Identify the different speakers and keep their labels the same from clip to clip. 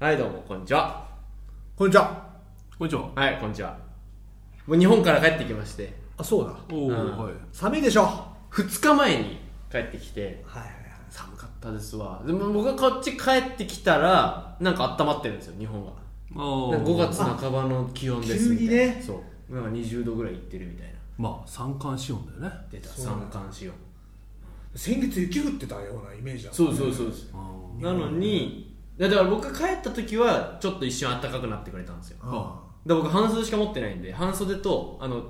Speaker 1: はい、どうも、こんにちは。
Speaker 2: こんにちは
Speaker 3: こんにちは。
Speaker 1: はい、こんにちは。もう日本から帰ってきまして、
Speaker 2: あそうだ
Speaker 3: おお、
Speaker 1: うん
Speaker 3: はい。
Speaker 2: 寒いでしょは
Speaker 1: 2日前に帰ってきて、
Speaker 2: いはいはい
Speaker 1: 寒かったですわ。でも僕がこっち帰ってきたら、なんか温まってるんですよ、日本が。
Speaker 3: あ
Speaker 1: なん
Speaker 3: あ、
Speaker 1: か5月半ばの気温です
Speaker 2: 急
Speaker 1: み
Speaker 2: に
Speaker 1: たいな
Speaker 2: ね
Speaker 1: そう。なんか20度ぐらいいってるみたいな。
Speaker 3: まあ、三寒四温だよね。
Speaker 1: 出た、
Speaker 2: そうなん
Speaker 1: 三
Speaker 2: だ
Speaker 1: 寒四温。
Speaker 2: 先月雪降ってたようなイメージだ
Speaker 1: そうそうそうです。
Speaker 3: あー
Speaker 1: なのに、だから僕が帰った時は、ちょっと一瞬暖かくなってくれたんですよ。
Speaker 2: あ
Speaker 1: で僕半袖しか持ってないんで半袖とあの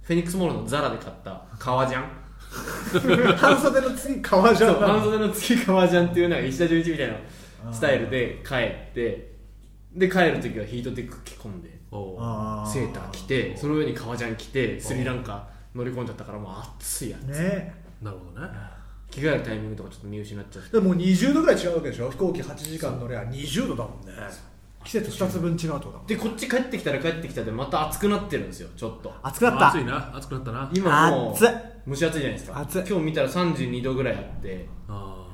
Speaker 1: フェニックスモールのザラで買った革ジャン
Speaker 2: あ 半袖の次革ジャンな
Speaker 1: 半袖の次革ジャンっていうなんか石田純一みたいなスタイルで帰ってで帰る時はヒートテック着込んで
Speaker 3: おー
Speaker 2: あ
Speaker 1: セーター着てその上に革ジャン着てスリランカ乗り込んじゃったからもう暑いや
Speaker 2: ね
Speaker 3: なるほどね。
Speaker 1: 着替えるタイミングとかちょっと見失っちゃって
Speaker 2: でももう20度ぐらい違うわけでしょ飛行機8時間乗れば20度だもんね季節2つ分違うってことだもん
Speaker 1: でこっち帰ってきたら帰ってきたでまた暑くなってるんですよちょっと
Speaker 4: 暑くなった
Speaker 3: 暑いな、暑くなったな。
Speaker 1: 今もう
Speaker 4: 暑っ
Speaker 1: 蒸し暑いじゃないですか
Speaker 4: 暑い
Speaker 1: 今日見たら32度ぐらいあって
Speaker 3: あ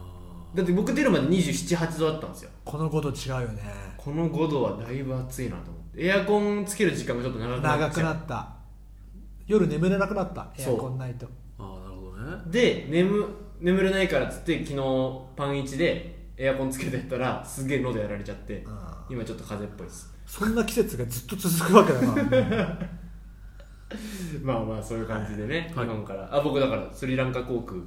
Speaker 1: だって僕出るまで278度あったんですよ
Speaker 4: このこと違うよね
Speaker 1: この5度はだいぶ暑いなと思ってエアコンつける時間がちょっと長くなって
Speaker 4: 長くなった夜眠れなくなったエア
Speaker 1: そう
Speaker 4: コンないと
Speaker 3: あ、ああ、なるほどね。
Speaker 1: で眠眠れないからっつって昨日パン1でエアコンつけてたらすげえ喉やられちゃって
Speaker 4: あ
Speaker 1: 今ちょっと風邪っぽいです
Speaker 4: そんな季節がずっと続くわけだからね
Speaker 1: まあまあそういう感じでね、
Speaker 3: はい
Speaker 1: 日本からあ僕だからスリランカ航空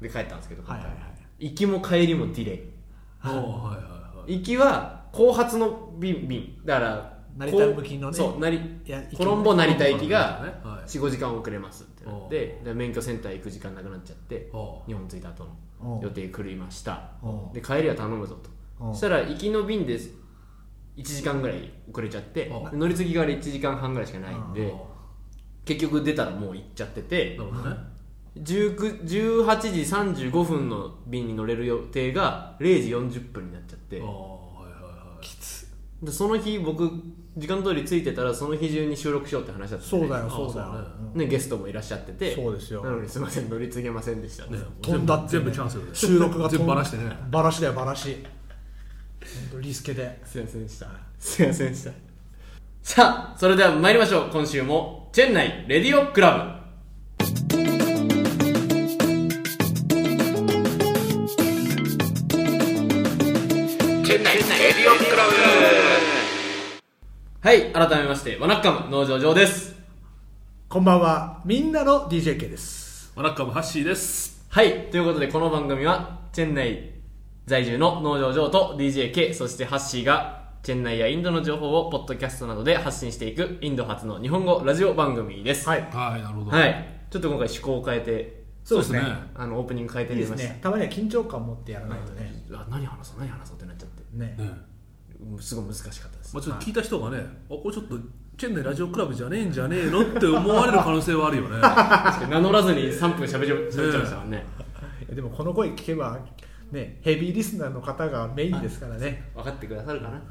Speaker 1: で帰ったんですけど、今
Speaker 4: はい
Speaker 1: 回
Speaker 4: はいはい
Speaker 1: 行きも帰りもディレイ
Speaker 3: おお、はいはいはい。
Speaker 1: 行きは後発の便便だから
Speaker 4: 成田向きのね
Speaker 1: そうなり
Speaker 4: いや行き
Speaker 1: コロンボ成田行き
Speaker 3: ね
Speaker 1: が
Speaker 3: はい
Speaker 1: 45時間遅れますってなってで免許センター行く時間なくなっちゃって
Speaker 3: おう
Speaker 1: 日本着いた後
Speaker 4: お
Speaker 1: の
Speaker 4: う
Speaker 1: 予定狂いました
Speaker 4: おう
Speaker 1: で帰りは頼むぞ
Speaker 4: お
Speaker 1: と
Speaker 4: う
Speaker 1: したら行きの便です1時間ぐらい遅れちゃって
Speaker 3: おう
Speaker 1: 乗り継ぎがあれ1時間半ぐらいしかないんで
Speaker 3: お
Speaker 1: 結局出たらもう行っちゃってて
Speaker 3: うなるほどね。
Speaker 1: 19 18時35分の便に乗れる予定が0時40分になっちゃって
Speaker 3: ああ、はいはいはい。きつ
Speaker 1: でその日僕時間通り着いてたらその日中に収録しようって話だったんで
Speaker 4: そうだよ
Speaker 3: あ
Speaker 4: そうだよ
Speaker 3: そうだね
Speaker 1: ね、ゲストもいらっしゃってて
Speaker 4: そうですよ
Speaker 1: なのにすいません乗り継げませんでした、
Speaker 3: ね、
Speaker 4: 飛んだってね
Speaker 3: 全部全部キャンセルだよ
Speaker 4: 収録が飛ん
Speaker 3: 全部バラしてね。
Speaker 4: バラしだよバラしほんとリスケです
Speaker 1: いませんでしたすいませんでしたさあそれでは参りましょう今週もチェンナイレディオクラブチェンナイレディオクラブはい改めましてワナッカム農場上です
Speaker 4: こんばんはみんなの DJK です
Speaker 3: ワナッカムハッシーです。
Speaker 1: はい、ということでこの番組は、チェン内在住の農場上と DJK、そしてハッシーが、チェン内やインドの情報をポッドキャストなどで発信していく、インド初の日本語ラジオ番組です。はい。
Speaker 3: はい、なるほど。
Speaker 1: はい。ちょっと今回趣向を変えて、
Speaker 3: そうですね。
Speaker 1: あの、オープニング変えて
Speaker 4: いい
Speaker 1: み
Speaker 4: で
Speaker 1: ますした。
Speaker 4: ねたまには緊張感持ってやらないとね
Speaker 1: あ何話そう何話そうってなっちゃって
Speaker 4: ね
Speaker 3: ね
Speaker 1: うんすごい難しかったです
Speaker 3: まあ、ちょっと聞いた人がね、あ、これちょっと、チェンナイラジオクラブじゃねえんじゃねえのって思われる可能性はあるよね。
Speaker 1: 確かに名乗らずに3分喋っちゃ喋っちゃいましたもんね
Speaker 4: いやでもこの声聞けばねヘビーリスナーの方がメインですからね
Speaker 1: 分かってくださるかな、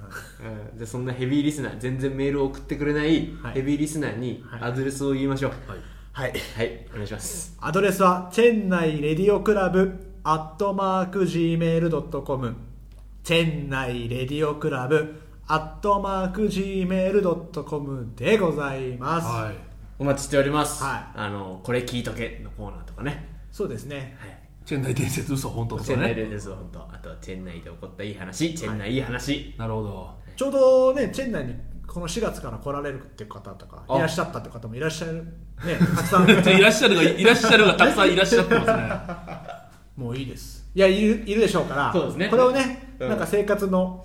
Speaker 1: うん、でそんなヘビーリスナー全然メールを送ってくれない
Speaker 4: はい
Speaker 1: ヘビーリスナーに
Speaker 4: はい
Speaker 1: アドレスを言いましょう
Speaker 3: はい。
Speaker 4: はい
Speaker 1: はい、お願いします
Speaker 4: アドレスはチェンナイレディオクラブアットマーク Gmail.com チェンナイレディオクラブアットマーク Gmail.com でございます、
Speaker 3: はい。
Speaker 1: お待ちしております、
Speaker 4: は
Speaker 1: あのこれ聞いとけのコーナーとかね、
Speaker 4: そうですね
Speaker 1: はい
Speaker 3: チェンナイ伝説嘘本当と
Speaker 1: チ
Speaker 3: か
Speaker 1: ェンナイ
Speaker 3: ね。
Speaker 1: レです本当あとはチェンナイで起こったいい話チェンナイいい話、
Speaker 3: なるほど。
Speaker 4: ちょうどねチェンナイにこの4月から来られるっていう方とか
Speaker 3: あ
Speaker 4: いらっしゃったって方もいらっしゃるねたくさん
Speaker 3: いらっしゃるが、いらっしゃるがたくさんいらっしゃってますね。
Speaker 4: もういいですいやいるいるでしょうから
Speaker 1: そうですね
Speaker 4: これをね、
Speaker 1: うん
Speaker 4: なんか生活の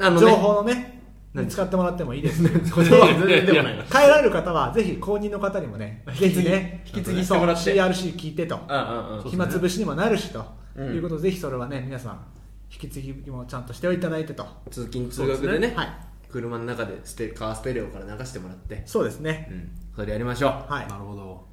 Speaker 1: あのね
Speaker 4: 情報のねに使ってもらってもい いです、
Speaker 1: これは全然でもないな
Speaker 4: 帰られる方はぜひ公認の方にもねぜひね
Speaker 1: 引き継ぎしてもらって
Speaker 4: そう CRC 聞いてと
Speaker 1: うんうんうん
Speaker 4: 暇つぶしにもなるしと
Speaker 1: うん
Speaker 4: いうことでぜひそれはね皆さん引き継ぎもちゃんとしていただいてと
Speaker 1: 通勤通学でね
Speaker 4: そうですねはい
Speaker 1: 車の中でステカーステレオから流してもらって
Speaker 4: そうですね
Speaker 1: うんそれやりましょう、
Speaker 4: はい
Speaker 3: なるほど。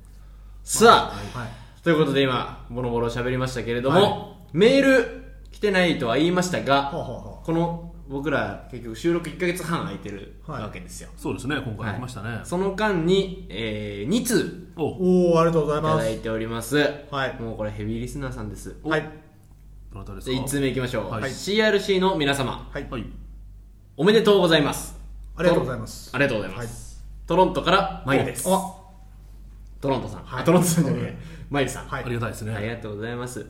Speaker 1: さあ、
Speaker 4: はい
Speaker 1: ということで今ボロボロ喋りましたけれども、
Speaker 4: は
Speaker 1: メール来てないとは言いましたが
Speaker 4: ほうほうほ
Speaker 1: この僕ら結局収録1か月半空いてる
Speaker 4: はい
Speaker 1: わけですよ、
Speaker 3: そうですね、今
Speaker 1: はい
Speaker 3: 回来ましたね。
Speaker 1: その間に、え2通
Speaker 3: お
Speaker 4: おおありがとうござい
Speaker 1: いた
Speaker 4: ま
Speaker 1: だ
Speaker 4: す
Speaker 1: いております、
Speaker 4: はい
Speaker 1: もうこれヘビーリスナーさんです、
Speaker 4: はい
Speaker 3: どなたです
Speaker 1: じゃ
Speaker 3: か
Speaker 1: あ1通目いきましょう、
Speaker 3: はい
Speaker 1: CRC の皆様
Speaker 5: はい
Speaker 3: はい
Speaker 1: おめでとうございます
Speaker 5: ありがとうございます
Speaker 1: ありがとうございます、トロントからマユです
Speaker 5: あ
Speaker 1: トロントさん、
Speaker 5: はい
Speaker 1: あトロントさんじゃねえマユさん、
Speaker 5: はい
Speaker 3: ありがたいですね
Speaker 1: ありがとうございます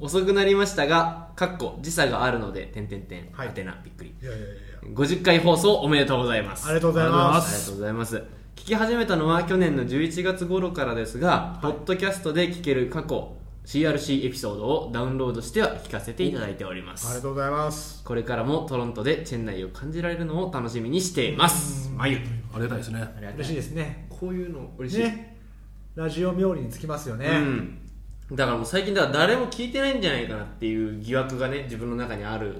Speaker 1: 遅くなりましたがかっこ時差があるので点点点
Speaker 5: はい
Speaker 1: はてなびっくり
Speaker 5: いやいやいやいや
Speaker 1: 50回放送おめでとうございます
Speaker 5: ありがとうござい
Speaker 3: ありがとうございま
Speaker 5: ますす
Speaker 1: ありがとうございます聞き始めたのは去年の11月頃からですが、ポッドキャストで聞ける過去 CRC エピソードをダウンロードしては聞かせていただいておりま
Speaker 5: ありが
Speaker 1: す
Speaker 5: とうございます
Speaker 1: これからもトロントでチェン内を感じられるのを楽しみにしていますまゆ
Speaker 3: ありがたいですね
Speaker 4: 嬉しいですね
Speaker 1: こういうの嬉しい、
Speaker 4: ねラジオ冥利につきますよね、
Speaker 1: うんだからもう最近だから誰も聞いてないんじゃないかなっていう疑惑がね自分の中にある、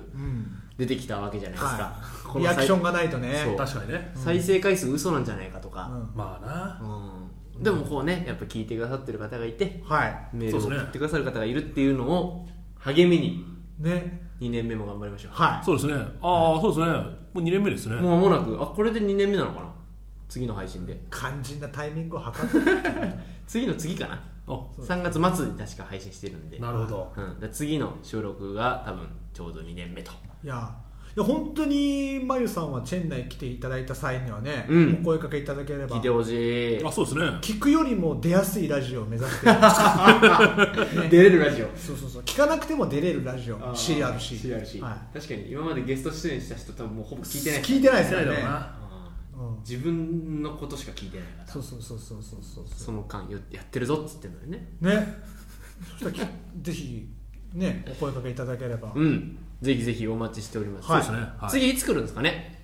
Speaker 1: 出てきたわけじゃないですか、
Speaker 4: はい
Speaker 1: この
Speaker 4: リア
Speaker 1: 再
Speaker 4: クションがないとね
Speaker 1: そう
Speaker 3: 確かにね
Speaker 1: 再生回数嘘なんじゃないかとか、
Speaker 3: まあな
Speaker 1: うんでもこうねやっぱ聞いてくださってる方がいて
Speaker 5: はい
Speaker 1: メールを
Speaker 3: そう
Speaker 1: 送
Speaker 3: ですね
Speaker 1: ってくださる方がいるっていうのを励みに
Speaker 4: ね
Speaker 1: 2年目も頑張りましょう、
Speaker 5: はい
Speaker 3: そうですねああそうですねもう2年目ですね
Speaker 1: もう間もなくあこれで2年目なのかな次の配信で
Speaker 4: 肝心なタイミングを測って
Speaker 1: 次の次かな
Speaker 3: あ
Speaker 1: 3月末に確か配信してるんで
Speaker 3: なるほど
Speaker 1: うん、だから次の収録が多分ちょうど2年目と
Speaker 4: いやいや本当にまゆさんはチェン内来ていただいた際にはね、
Speaker 1: うん
Speaker 4: お声かけいただければ
Speaker 1: 聞いてほしい
Speaker 3: あそうですね
Speaker 4: 聞くよりも出やすいラジオを目指して
Speaker 1: 出れるラジオ
Speaker 4: そうそうそう聞かなくても出れるラジオ CRC,
Speaker 1: CRC、
Speaker 4: はい
Speaker 1: 確かに今までゲスト出演した人多分もうほぼ聞いてない
Speaker 4: 聞いてないで
Speaker 3: し
Speaker 4: す
Speaker 3: て
Speaker 4: よ
Speaker 3: ない
Speaker 4: ね
Speaker 3: だろうな
Speaker 1: うん自分のことしか聞いてないから
Speaker 4: そうそうそうそうそうそう
Speaker 1: その間よやってるぞっつってんのよね
Speaker 4: ねそしたらきぜひねお声かけいただければ、
Speaker 1: うんぜひぜひお待ちしております、
Speaker 3: そうですねはい
Speaker 1: 次いつ来るんですかね,、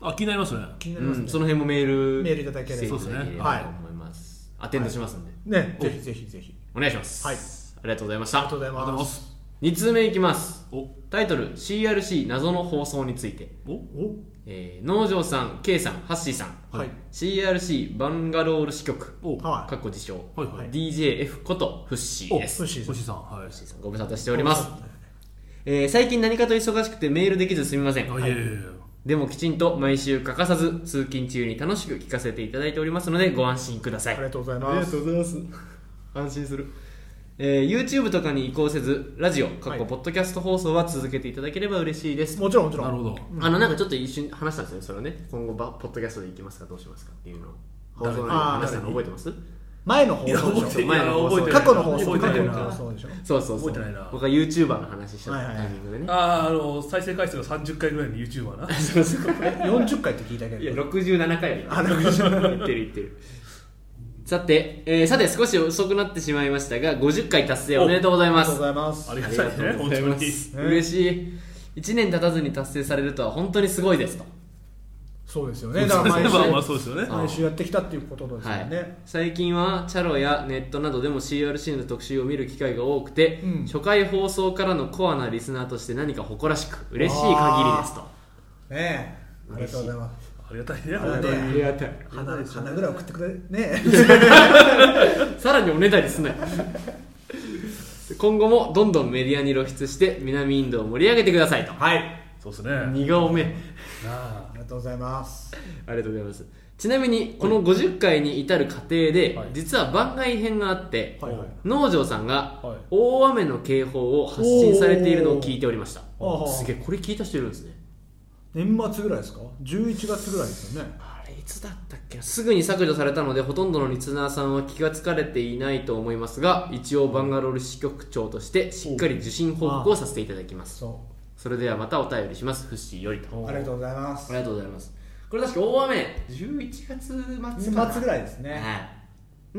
Speaker 3: あ気になりますね
Speaker 4: 気になります
Speaker 1: うん、
Speaker 4: ね、
Speaker 1: その辺もメール
Speaker 4: メールいただければ
Speaker 1: していただければと思います、アテンドしますんで、
Speaker 4: ねぜひぜひぜひ
Speaker 1: お願いします、
Speaker 4: はい
Speaker 1: ありがとうございました
Speaker 4: ありがとうござい
Speaker 3: ありがとうご
Speaker 4: ま
Speaker 3: ざいますす
Speaker 1: 2通目いきます
Speaker 3: お
Speaker 1: タイトル CRC 謎の放送について、
Speaker 3: お
Speaker 4: お
Speaker 1: えー、農場さん K さんハッシーさん、
Speaker 4: はい
Speaker 1: CRC バンガロール支局
Speaker 3: お
Speaker 4: は
Speaker 1: かっこ自称、
Speaker 3: はいはい
Speaker 1: DJF ことフッシー
Speaker 3: お
Speaker 1: です
Speaker 4: フッシーさん
Speaker 3: さんはい
Speaker 1: ご無沙汰しております、えー最近何かと忙しくてメールできずすみません、
Speaker 3: あいえいえいえ
Speaker 1: でもきちんと毎週欠かさず通勤中に楽しく聞かせていただいておりますのでご安心ください
Speaker 4: ありがとうございます
Speaker 1: うございます安心する、えー YouTube とかに移行せずラジオ過去ポッドキャスト放送は続けていただければ嬉しいです、
Speaker 4: もちろんもちろん
Speaker 3: なるほど
Speaker 1: あのなんかちょっと一瞬話したんですよねそれをね今後ばポッドキャストでいきますかどうしますかっていうのを放送の
Speaker 4: あー
Speaker 1: 話したの覚えてます
Speaker 4: 前の放送でし
Speaker 1: いや覚えて
Speaker 4: ょ
Speaker 1: る
Speaker 4: 過去の放送
Speaker 3: 覚えて
Speaker 4: 過
Speaker 3: な
Speaker 4: 去
Speaker 3: い
Speaker 4: の
Speaker 3: な
Speaker 4: 放送でしょ
Speaker 1: そうそうそう
Speaker 3: 覚えてないな
Speaker 1: 僕は YouTuber の話した
Speaker 4: はいはいは
Speaker 1: タ
Speaker 4: い
Speaker 1: イミングでね、
Speaker 3: あーあの再生回数が30回ぐらいの YouTuber な
Speaker 1: そうそう
Speaker 4: 40回って聞いたけ
Speaker 1: いや
Speaker 4: ど
Speaker 1: 67回あ言ってる言ってるさて、えーさて少し遅くなってしまいましたが50回達成おめでとうござい
Speaker 4: あ
Speaker 1: ま
Speaker 4: りがとう
Speaker 1: す
Speaker 4: ございます
Speaker 3: あ
Speaker 1: あ
Speaker 3: りがたいですね本当に
Speaker 1: す嬉しい1年経たずに達成されるとは本当にすごいですと、
Speaker 4: そうですよねだから毎
Speaker 3: まあまあ
Speaker 4: 週
Speaker 3: そうですよね
Speaker 1: あ
Speaker 4: 毎週やってきたっていうことですよ
Speaker 1: はい
Speaker 4: ね
Speaker 1: 最近はチャロやネットなどでも CRC の特集を見る機会が多くて、
Speaker 4: うん
Speaker 1: 初回放送からのコアなリスナーとして何か誇らしく嬉しい限りですと
Speaker 4: ねえありがとうございます
Speaker 3: ありがたい
Speaker 4: あ
Speaker 3: ね
Speaker 4: り
Speaker 3: 本
Speaker 4: が
Speaker 3: 当
Speaker 4: たい
Speaker 3: に
Speaker 4: あ
Speaker 1: りがたい
Speaker 4: 花花ぐらい送ってくれね
Speaker 1: さらにおねだりすなよ今後もどんどんメディアに露出して南インドを盛り上げてくださいとはい
Speaker 3: そうですねな
Speaker 1: 似顔目
Speaker 3: あ
Speaker 4: ありがとうございます
Speaker 1: ありがとうございますちなみにこの50回に至る過程で、
Speaker 3: はい
Speaker 1: 実は番外編があって、
Speaker 4: はいはい
Speaker 1: 農場さんが
Speaker 3: はい
Speaker 1: 大雨の警報を発信されているのを聞いておりました
Speaker 4: おー
Speaker 1: すげえこれ聞いた人いるんですね
Speaker 4: 年末ぐらいですか11月ぐらいですよね
Speaker 1: あれいつだったっけなすぐに削除されたのでほとんどのリスナーさんは気がつかれていないと思いますが一応バンガロール支局長としてしっかり受信報告をさせていただきます
Speaker 4: そ
Speaker 1: それではまたお便りしますフッシーよりと
Speaker 4: うありがとうございます
Speaker 1: ありがとうございますこれ確か大雨11月末かな
Speaker 4: 年末ぐらいですね
Speaker 1: は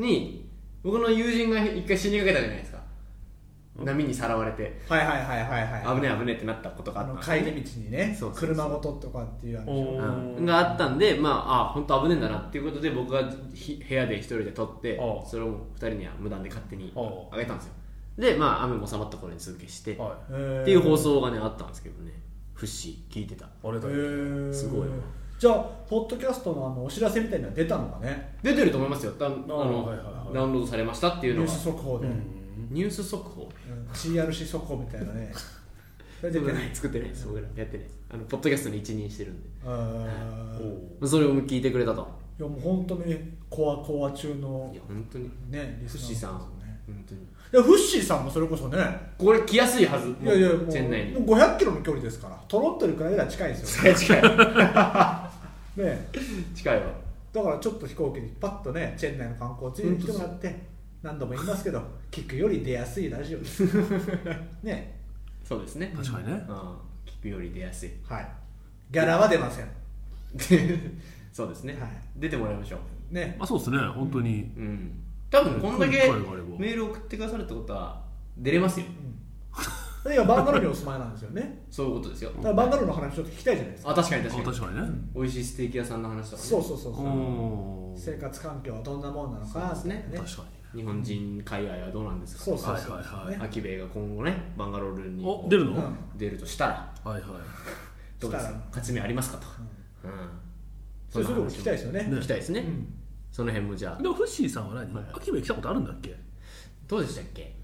Speaker 1: いに僕の友人が一回死にかけたじゃないですか波にさらわれて
Speaker 4: はいはいはいはいはい
Speaker 1: 危ねえ危ねえってなったことが
Speaker 4: あ
Speaker 1: あった
Speaker 4: の
Speaker 1: んです
Speaker 4: 帰り道にね
Speaker 1: そうそうそう
Speaker 4: 車ごととかっていうあの
Speaker 3: お
Speaker 1: うんがあったんでまああ本当危ねえんだなっていうことで僕がひ部屋で一人で撮って
Speaker 3: ああ
Speaker 1: それを2人には無断で勝手に
Speaker 3: ああ
Speaker 1: あげたんですよでまあ雨も収まった頃に続けしてっ
Speaker 3: は
Speaker 4: って
Speaker 1: いう放送がねあったんですけどねフッシー聞いてた
Speaker 3: いありがたい
Speaker 1: すごいよ
Speaker 4: じゃあポッドキャストのあのお知らせみたいなのは出たのかね
Speaker 1: 出てると思いますよダウンあの
Speaker 3: はいはいはい
Speaker 1: ダウンロードされましたって
Speaker 4: ニ
Speaker 1: いう
Speaker 4: ュ
Speaker 1: の
Speaker 4: ー
Speaker 1: が
Speaker 4: ス速報で、
Speaker 1: ニュース速報
Speaker 4: うん CRC 速報みたいなねそれ出てない
Speaker 1: 作ってないです僕らやってないですあのポッドキャストに一任してるんで
Speaker 4: あーい
Speaker 3: お
Speaker 1: それを聞いてくれたと
Speaker 4: やもう本当にコアコア中の
Speaker 1: いや本当に
Speaker 4: ねリ
Speaker 1: フッシー
Speaker 4: ス
Speaker 1: さ
Speaker 4: ナ
Speaker 1: ん
Speaker 4: ーですよね
Speaker 1: 本当に
Speaker 4: でフッシーさんもそれこそね
Speaker 1: これ来やすいはず
Speaker 4: いやいやもうもう
Speaker 1: チェン内に
Speaker 4: 500キロの距離ですからトロントに比べたら 近いんですよ
Speaker 1: 近い近い
Speaker 4: ね
Speaker 1: 近いわ
Speaker 4: だからちょっと飛行機にパッとねチェン内の観光地に来てもらって何度も言いますけど聞くより出やすいラジオですね
Speaker 1: そうですね
Speaker 3: 確かに
Speaker 1: う
Speaker 3: ね
Speaker 1: ん聞くより出やすい
Speaker 4: はいギャラは出ません
Speaker 1: そうですね、
Speaker 4: はい
Speaker 1: 出てもらいましょう
Speaker 4: ね
Speaker 3: まあそうですね本当に
Speaker 1: うん多分こんだけ
Speaker 3: うん声があれば
Speaker 1: メール送ってくださるってことは出れますよ
Speaker 4: で今バンガローにお住まいなんですよね
Speaker 1: そういうことですよ
Speaker 4: だからバンガローの話ちょっと聞きたいじゃないですか
Speaker 1: あ確かに
Speaker 3: あ
Speaker 1: 確かに
Speaker 3: 確かにね
Speaker 1: 美味しいステーキ屋さんの話とかね
Speaker 4: そうそうそう
Speaker 3: う
Speaker 4: そう生
Speaker 3: ん
Speaker 4: 活環境はどんなもんなのか
Speaker 1: そうですね
Speaker 4: とか
Speaker 3: 確かに
Speaker 1: 日本人界隈はどうなんですか
Speaker 4: そうそう
Speaker 3: はい
Speaker 4: そう
Speaker 3: はいはい
Speaker 4: ね
Speaker 1: 秋兵衛が今後ねバンガロールに
Speaker 3: お出るの
Speaker 4: うん
Speaker 1: 出るとしたら
Speaker 3: はいはい
Speaker 1: どうです
Speaker 4: した
Speaker 1: から勝ち目ありますかとうん
Speaker 4: そういうとこ聞きたいですよね
Speaker 1: 聞きたいですね、
Speaker 4: ん
Speaker 1: その辺もじゃあ
Speaker 3: でもフッシーさんは何
Speaker 1: はいはい
Speaker 3: 秋部来たことあるんだっけ
Speaker 1: どうでしたっけ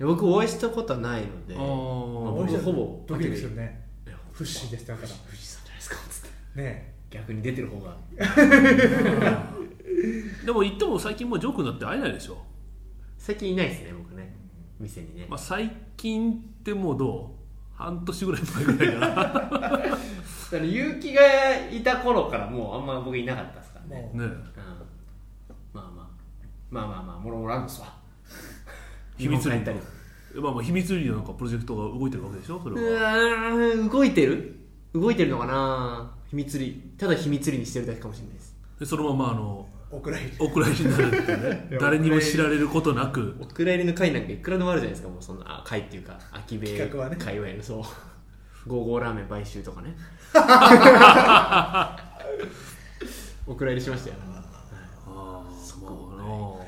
Speaker 1: 僕お会いしたことはないので
Speaker 3: あ
Speaker 1: まあ
Speaker 3: ー
Speaker 1: 僕ほぼ
Speaker 4: ドキドキするね
Speaker 1: いや
Speaker 4: フッシーですだからね
Speaker 1: 富士山じゃないですかつって
Speaker 4: え
Speaker 1: 逆に出てる方が
Speaker 3: でも行っても最近もうジョー君だって会えないでしょ
Speaker 1: 最近いないですね僕ね店にね
Speaker 3: まあ最近ってもうどう半年ぐらい前ぐらいかな
Speaker 1: だから結城がいた頃からもうあんま僕いなかったですからね
Speaker 4: も
Speaker 3: ね
Speaker 1: うんまあまあまあまあまあもろもろあるんですわ
Speaker 3: 秘密裏
Speaker 1: 行
Speaker 3: に
Speaker 1: ったり
Speaker 3: まあまあ秘密裏になんかプロジェクトが動いてるわけでしょそれ
Speaker 1: う
Speaker 3: は
Speaker 1: ーん動いてる動いてるのかな秘密裏ただ秘密裏にしてるだけかもしれないです
Speaker 3: でそのままあの
Speaker 4: うお蔵 入り
Speaker 3: お蔵入りになるって
Speaker 1: い
Speaker 3: ね
Speaker 1: や
Speaker 3: 誰にも知られることなく
Speaker 1: お蔵入りの会なんかいくらでもあるじゃないですかもうそんなあ会っていうか秋部
Speaker 4: 企画はね
Speaker 1: 界隈のそうゴーゴーラーメン買収とかねお蔵入りしましたよ
Speaker 3: ああそう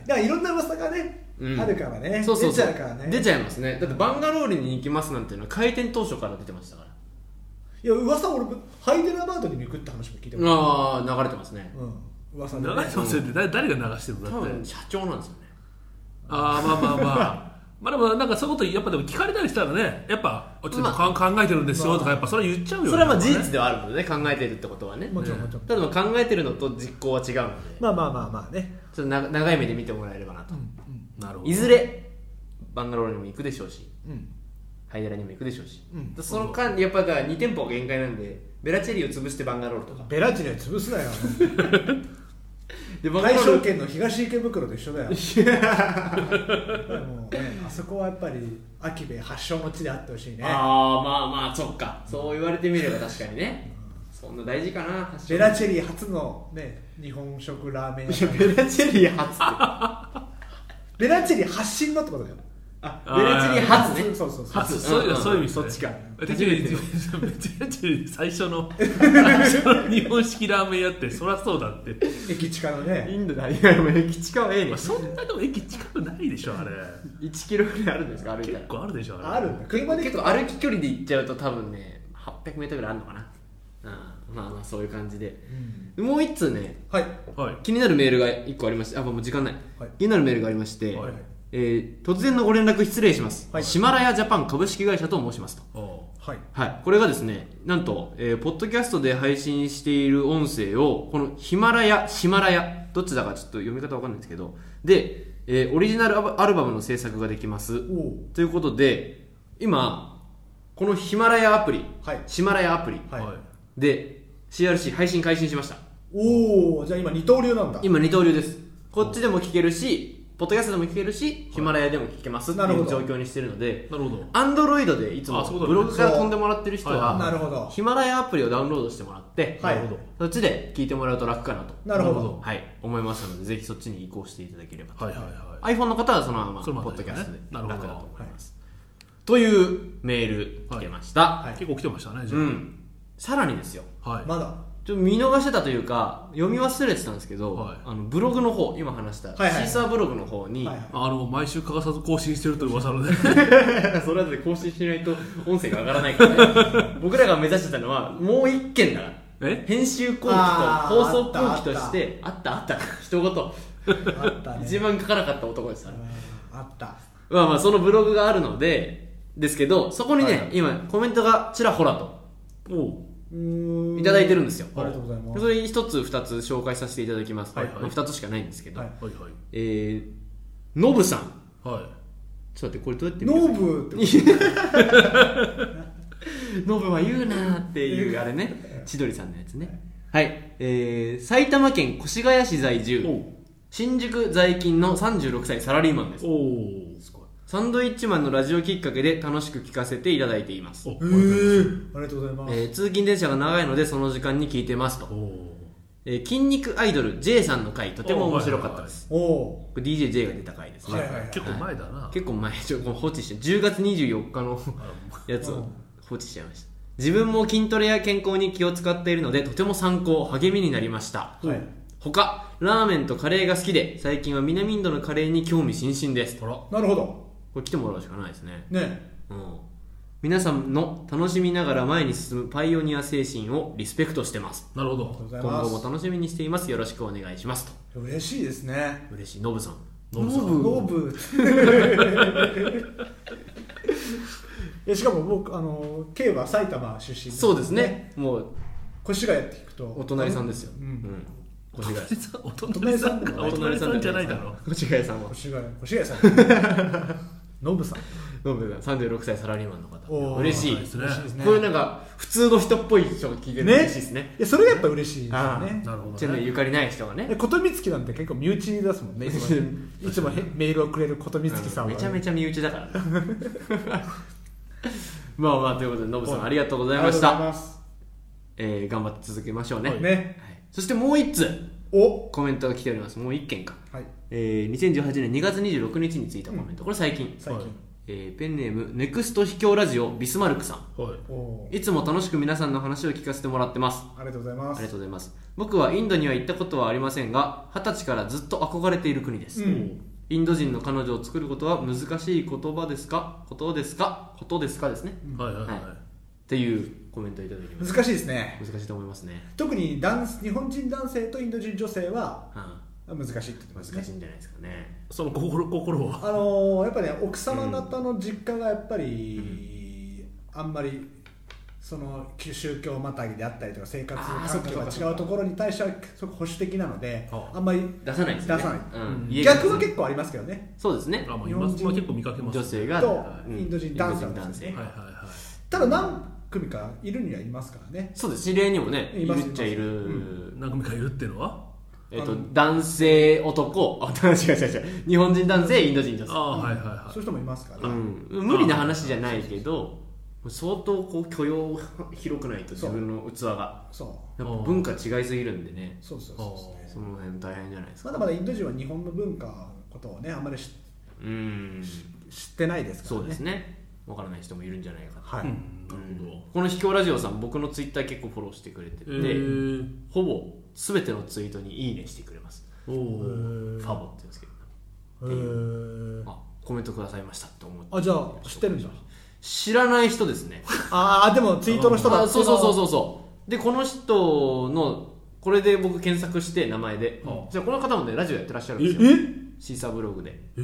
Speaker 4: だからいろんな噂がね、
Speaker 1: うん
Speaker 4: あるからね
Speaker 1: そうそうそう
Speaker 4: 出ちゃうからね
Speaker 1: 出ちゃいますねだってバンガロールに行きますなんていうのは開店当初から出てましたから
Speaker 4: いや噂俺ハイデラバードに行くって話も聞いてます
Speaker 1: ああ流れてますね
Speaker 4: うん噂で、
Speaker 3: だ
Speaker 4: ね
Speaker 3: な、流れてますよって誰誰が流してるのだ
Speaker 1: 多
Speaker 3: って
Speaker 1: 分社長なんですよね
Speaker 3: ああまあまあまあまあでもなんかそういうことやっぱでも聞かれたりしたらねやっぱちょっとかん考えてるんですよとかやっぱそれは言っちゃうよね
Speaker 1: それはまあ事実ではあるのでね考えてるってことはね
Speaker 4: もちろんもちろん、
Speaker 1: ただまあ考えてるのと実行は違うので
Speaker 4: まあまあまあまあね
Speaker 1: ちょっとな長い目で見てもらえればなと、
Speaker 3: なるほど
Speaker 1: いずれバンガロールにも行くでしょうし
Speaker 4: うん
Speaker 1: ハイデラにも行くでしょうし、
Speaker 4: うん
Speaker 1: その間にやっぱだから2店舗が限界なんでベラチェリーを潰してバンガロールとか
Speaker 4: ベラチネ潰すな よ
Speaker 1: でバンガ
Speaker 4: 大
Speaker 1: ロ
Speaker 4: 正
Speaker 1: ール
Speaker 4: 圏の東池袋と一緒だよもうねあそこはやっぱり秋兵衛発祥の地であってほしいね
Speaker 1: ああまあまあそっかそう言われてみれば確かにねそんな大事かな発祥
Speaker 4: ベラチェリー初のね日本食ラーメン屋さん
Speaker 1: いやベラチェリー初って
Speaker 4: ベラチェリー発信のってことだよ
Speaker 1: あ
Speaker 3: あー
Speaker 1: ベラチェリー初ね
Speaker 4: そうそうそう
Speaker 3: 初そういう
Speaker 1: うん
Speaker 3: そういう意味ですね
Speaker 1: そっちか
Speaker 3: めちゃくち
Speaker 1: 初
Speaker 3: ゃ
Speaker 1: めてよ
Speaker 3: めちゃくちゃ最初の最初の日本式ラーメン屋ってそりゃそうだって、
Speaker 4: 駅近の ね
Speaker 1: インドでありがもう駅近はええね
Speaker 3: ま
Speaker 1: ん
Speaker 3: あ、そんなとこ駅近くないでしょあれ
Speaker 1: 1キロぐらいあるんですか歩いた
Speaker 3: 結
Speaker 1: ら
Speaker 3: 構あるでしょ
Speaker 4: あるんだ車で行
Speaker 1: 結
Speaker 4: くと
Speaker 1: 構歩き距離で行っちゃうと多分ね 800m ぐらいあるのかな、うん、まあまあそういう感じで、もう一通ね
Speaker 4: はい
Speaker 3: はい
Speaker 1: 気になるメールが1個ありましてあもう時間ない、
Speaker 4: はい
Speaker 1: 気になるメールがありまして、
Speaker 3: はい
Speaker 1: えー突然のご連絡失礼します、シマラヤジャパン株式会社と申しますと
Speaker 3: お
Speaker 4: はい
Speaker 1: はい、これがですねなんと、えーポッドキャストで配信している音声をこのヒマラヤシマラヤどっちだかちょっと読み方わかんないんですけどで、えーオリジナルアルアルバムの制作ができます
Speaker 4: おお
Speaker 1: ということで今このヒマラヤアプリ、
Speaker 4: はい
Speaker 1: シマラヤアプリ
Speaker 3: う
Speaker 4: はい
Speaker 1: で CRC 配信開始しました
Speaker 4: おおじゃあ今二刀流なんだ
Speaker 1: 今二刀流ですこっちでも聞けるしポッドキャストでも聞けるしヒマラヤでも聞けますってい
Speaker 4: なるほ
Speaker 1: う
Speaker 4: ど
Speaker 1: 状況にしてるので
Speaker 3: なるほど
Speaker 1: アンドロイドでいつも
Speaker 3: あそうだね
Speaker 1: ブログから飛んでもらってる人
Speaker 3: そう
Speaker 4: な
Speaker 1: は
Speaker 4: るほど
Speaker 1: ヒマラヤアプリをダウンロードしてもらって、
Speaker 4: はい
Speaker 3: なるほど
Speaker 1: そっちで聞いてもらうと楽かなと
Speaker 4: なるほ
Speaker 3: なる
Speaker 4: ど
Speaker 3: ほ
Speaker 1: はい、思いましたのでぜひそっちに移行していただければと、
Speaker 3: はいはいは
Speaker 1: iPhone の方はそのまま
Speaker 3: そのま
Speaker 1: ポ
Speaker 3: ま
Speaker 1: ッ
Speaker 3: で
Speaker 1: ド
Speaker 3: いい
Speaker 1: キャ
Speaker 3: ね
Speaker 1: ストで
Speaker 3: なるほ
Speaker 1: 楽
Speaker 3: ど
Speaker 1: だと思います、というメール来てました、
Speaker 3: い、
Speaker 4: はい
Speaker 3: 結構来てましたねじゃ
Speaker 1: う
Speaker 3: あ、
Speaker 1: んさらにですよ
Speaker 3: はい、
Speaker 4: まだ
Speaker 1: ちょっと見逃してたというか読み忘れてたんですけど、
Speaker 3: はい
Speaker 1: あのブログの方今話した、
Speaker 4: はいはい
Speaker 1: シーサーブログの方に、
Speaker 4: はいは
Speaker 3: あの毎週欠かさず更新してるという噂の ね
Speaker 1: それはだって更新しないと音声が上がらないから ね僕らが目指してたのはもう一件だから
Speaker 3: え
Speaker 1: 編集後期と
Speaker 4: あー
Speaker 1: 放送後期としてあったあった一言
Speaker 4: あ ったね
Speaker 1: 一番書かなかった男ですから
Speaker 4: あった
Speaker 1: まあまあそのブログがあるのでですけどそこにね、
Speaker 4: はいはい
Speaker 1: 今コメントがちらほらと
Speaker 3: おお
Speaker 4: うーん
Speaker 1: いただいてるんですよ
Speaker 4: ありがとうございます
Speaker 1: それ一つ二つ紹介させていただきます、
Speaker 3: はいはい
Speaker 1: まあ、二つしかないんですけど、
Speaker 4: はい
Speaker 3: はいはい
Speaker 1: えー、ノブさん
Speaker 3: はい
Speaker 1: ちょっと待ってこれどうやって見
Speaker 4: ノ
Speaker 1: る
Speaker 4: ーブってこ
Speaker 1: ノブは言うなーっていうあれ ね千鳥さんのやつねはい、えー、埼玉県越谷市在住
Speaker 3: おう
Speaker 1: 新宿在勤の36歳サラリーマンです
Speaker 3: おおす
Speaker 1: サンドイッチマンのラジオきっかけで楽しく聞かせていただいています、
Speaker 3: お
Speaker 4: とへえありがとうございます、
Speaker 1: えー通勤電車が長いのでその時間に聞いてます
Speaker 3: お
Speaker 1: と、
Speaker 3: お
Speaker 1: えー筋肉アイドル J さんの回とても面白かったです
Speaker 4: おお
Speaker 1: これ DJJ が出た回ですね、
Speaker 4: はいはい
Speaker 3: 結構前だな
Speaker 1: 結構前ちょもう放置して10月24日のやつを放置しちゃいました自分も筋トレや健康に気を使っているのでとても参考励みになりました、
Speaker 4: はい
Speaker 1: 他ラーメンとカレーが好きで最近は南インドのカレーに興味津々ですこ
Speaker 4: なるほど
Speaker 1: れ来てもらうしかないですね
Speaker 4: ね
Speaker 1: うん皆さんの楽しみながら前に進むパイオニア精神をリスペクトしてます
Speaker 3: なるほ
Speaker 4: あり
Speaker 3: ど
Speaker 4: がとうござ
Speaker 1: 今
Speaker 4: い
Speaker 1: 後
Speaker 4: ま
Speaker 1: も楽しみにしていますよろしくお願いしますと
Speaker 4: す嬉しいですね
Speaker 1: 嬉しいノブさん
Speaker 3: ノブさん
Speaker 4: ノブ いやしかも僕あの K は埼玉出身
Speaker 1: そうですねもう
Speaker 4: 越谷って聞くと
Speaker 1: お隣さんですよ
Speaker 4: う
Speaker 1: うんん越谷
Speaker 3: お隣さんがお隣さんじゃないだろ
Speaker 1: 越谷さんは
Speaker 4: 越谷越谷さんノブさん
Speaker 1: ノブさん36歳サラリーマンの
Speaker 4: お
Speaker 1: 方
Speaker 4: ー
Speaker 1: 嬉しい
Speaker 3: 嬉しい
Speaker 4: 嬉しいですね
Speaker 1: こういうなんか普通の人っぽい人が聞いてるの
Speaker 4: ね
Speaker 1: 嬉しいですね
Speaker 4: いやそれがやっぱ嬉しいですよ
Speaker 1: あ
Speaker 4: ね
Speaker 3: なるほ
Speaker 1: チ
Speaker 3: ど
Speaker 1: ェンのゆ
Speaker 3: ね
Speaker 1: かりない人がね
Speaker 4: え琴光月なんて結構身内ですも んねいつもねいつもへメールをくれる琴光月さんは、
Speaker 1: めちゃ
Speaker 4: ち
Speaker 1: めちゃ身内だからねまあまあということでノブさんありがとうございましたえー頑張って続けましょうね
Speaker 4: はいね
Speaker 1: はいそしてもう一つ
Speaker 4: お
Speaker 1: コメントが来ておりますもう一件か
Speaker 4: はい
Speaker 1: えー2018年2月26日についたコメントこれ最近
Speaker 4: 最近、
Speaker 1: えーペンネームネクスト秘境ラジオビスマルクさん
Speaker 3: はい
Speaker 4: おー
Speaker 1: いつも楽しく皆さんの話を聞かせてもらってます
Speaker 4: ありがとうございま
Speaker 1: あ
Speaker 4: す
Speaker 1: りがとうございます僕はインドには行ったことはありませんが二十歳からずっと憧れている国です、
Speaker 4: うん
Speaker 1: インド人の彼女を作ることは難しい言葉ですかことですかことですかですね、っ
Speaker 3: はいはいは
Speaker 1: はいいていうコメントをいただきます
Speaker 4: 難しいですね
Speaker 1: 難しいと思いますね、
Speaker 4: 特に男日本人男性とインド人女性は
Speaker 1: は
Speaker 4: 難しいって言って
Speaker 1: い
Speaker 4: ますね
Speaker 1: 難しいんじゃないですかね
Speaker 3: その心心は
Speaker 4: あのーやっぱね奥様方の実家がやっぱり、あんまりその宗教またぎであったりとか生活
Speaker 1: あーそっ
Speaker 4: 環
Speaker 1: かそ
Speaker 4: 境
Speaker 1: っかそっか
Speaker 4: が違うところに対してはすごく保守的なので
Speaker 3: あ
Speaker 4: あんまり
Speaker 1: 出さないですよね
Speaker 4: 出さない
Speaker 1: うん家が
Speaker 4: 逆は結構ありますけどね
Speaker 1: そうですね
Speaker 3: あまあ今今結構見かけます
Speaker 1: 女性が
Speaker 4: と
Speaker 1: うん
Speaker 4: インド人男性なんですね
Speaker 1: インド人男性
Speaker 3: はいはいは
Speaker 4: ただ何組かいるにはいますからね
Speaker 1: そうです知り合いにもね
Speaker 4: い
Speaker 1: い
Speaker 4: ます
Speaker 1: るっちゃいる、
Speaker 3: い何組かいるっていうのは
Speaker 1: えっ
Speaker 4: あ
Speaker 1: と
Speaker 4: の
Speaker 1: 男性男あ違う違う違う違う日本人男性インド人女性
Speaker 3: ああはいはいは
Speaker 4: そういう人もいますから、
Speaker 1: うん、無理な話じゃないけど相当こう許容広くないと自分の器が
Speaker 4: そう
Speaker 1: やっぱ文化違いすぎるんでね
Speaker 4: そうそうそうそう
Speaker 1: その辺大変じゃないですか
Speaker 4: まだまだインド人は日本の文化のことをねあんまり知
Speaker 1: うん
Speaker 4: 知ってないですからね
Speaker 1: そうですね分からない人もいるんじゃないかと
Speaker 4: はい、
Speaker 3: いうんなるほ
Speaker 1: この秘境ラジオさん僕のツイッター結構フォローしてくれてて、
Speaker 3: どえ
Speaker 1: ほぼ全てのツイートに「いいね」してくれます
Speaker 3: おお
Speaker 1: ファボって言うんですけど
Speaker 4: へー
Speaker 1: あコメントくださいましたって思って
Speaker 4: あじゃあ知ってるんじゃん
Speaker 1: 知らない人ですね
Speaker 4: ああでもツイートの人だ
Speaker 1: あそうそうそうそうそうでこの人のこれで僕検索して名前で、
Speaker 3: うん
Speaker 1: じゃあこの方もねラジオやってらっしゃるんですよ
Speaker 4: え
Speaker 1: シーサーブログで
Speaker 3: え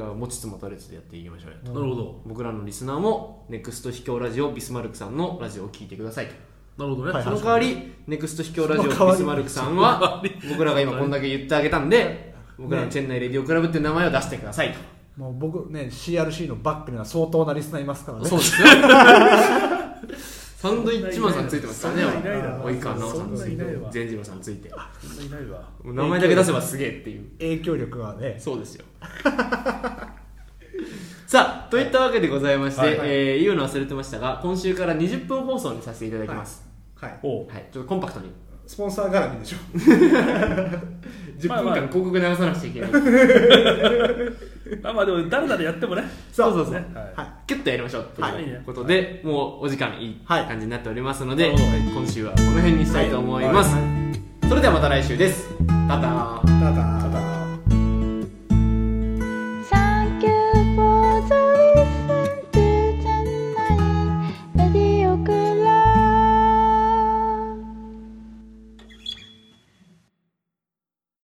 Speaker 1: だから持ちつ持たれつでやっていきましょうよと、
Speaker 3: るほど
Speaker 1: 僕らのリスナーもネクスト秘境ラジオビスマルクさんのラジオを聞いてくださいと
Speaker 3: なるほどね
Speaker 4: はい
Speaker 1: その代わりネクスト秘境ラジ
Speaker 4: その代
Speaker 1: オ
Speaker 4: わ
Speaker 1: ビス
Speaker 4: り
Speaker 1: マルクさんは
Speaker 3: その代わり
Speaker 1: 僕らが今こんだけ言ってあげたんで僕らのチェンナイレディオクラブって名前を出してくださいと、
Speaker 4: もう僕ね CRC のバックには相当なリスナーいますからね
Speaker 1: そうですよサンドイッチマンさんついてますからね
Speaker 3: そんないないだろ
Speaker 1: 及川奈緒さんつ
Speaker 3: そん
Speaker 1: い
Speaker 3: ないない
Speaker 1: て
Speaker 3: わ
Speaker 1: 善次郎さんついて
Speaker 3: そんないないわ
Speaker 1: 名前だけ出せばすげえっていう
Speaker 4: 影響力はね
Speaker 1: そうですよ さあといったわけでございまして、
Speaker 4: はいはい
Speaker 1: えー言うの忘れてましたが今週から20分放送にさせていただきます、
Speaker 4: はい
Speaker 3: おお
Speaker 1: はいちょっとコンパクトに
Speaker 4: スポンサー絡みでしょ
Speaker 1: 10分間広告流さなくちゃいけない、
Speaker 3: あまあでも誰々やってもね
Speaker 1: そうそうそう
Speaker 3: ね
Speaker 4: はい
Speaker 1: キュッとやりましょうと
Speaker 3: はい
Speaker 1: いうことで、もうお時間いい
Speaker 4: はい
Speaker 1: 感じになっておりますので、
Speaker 3: なるほど
Speaker 1: 今週はこの辺にしたいと思います、
Speaker 4: は
Speaker 1: それではまた来週ですタター
Speaker 4: ただ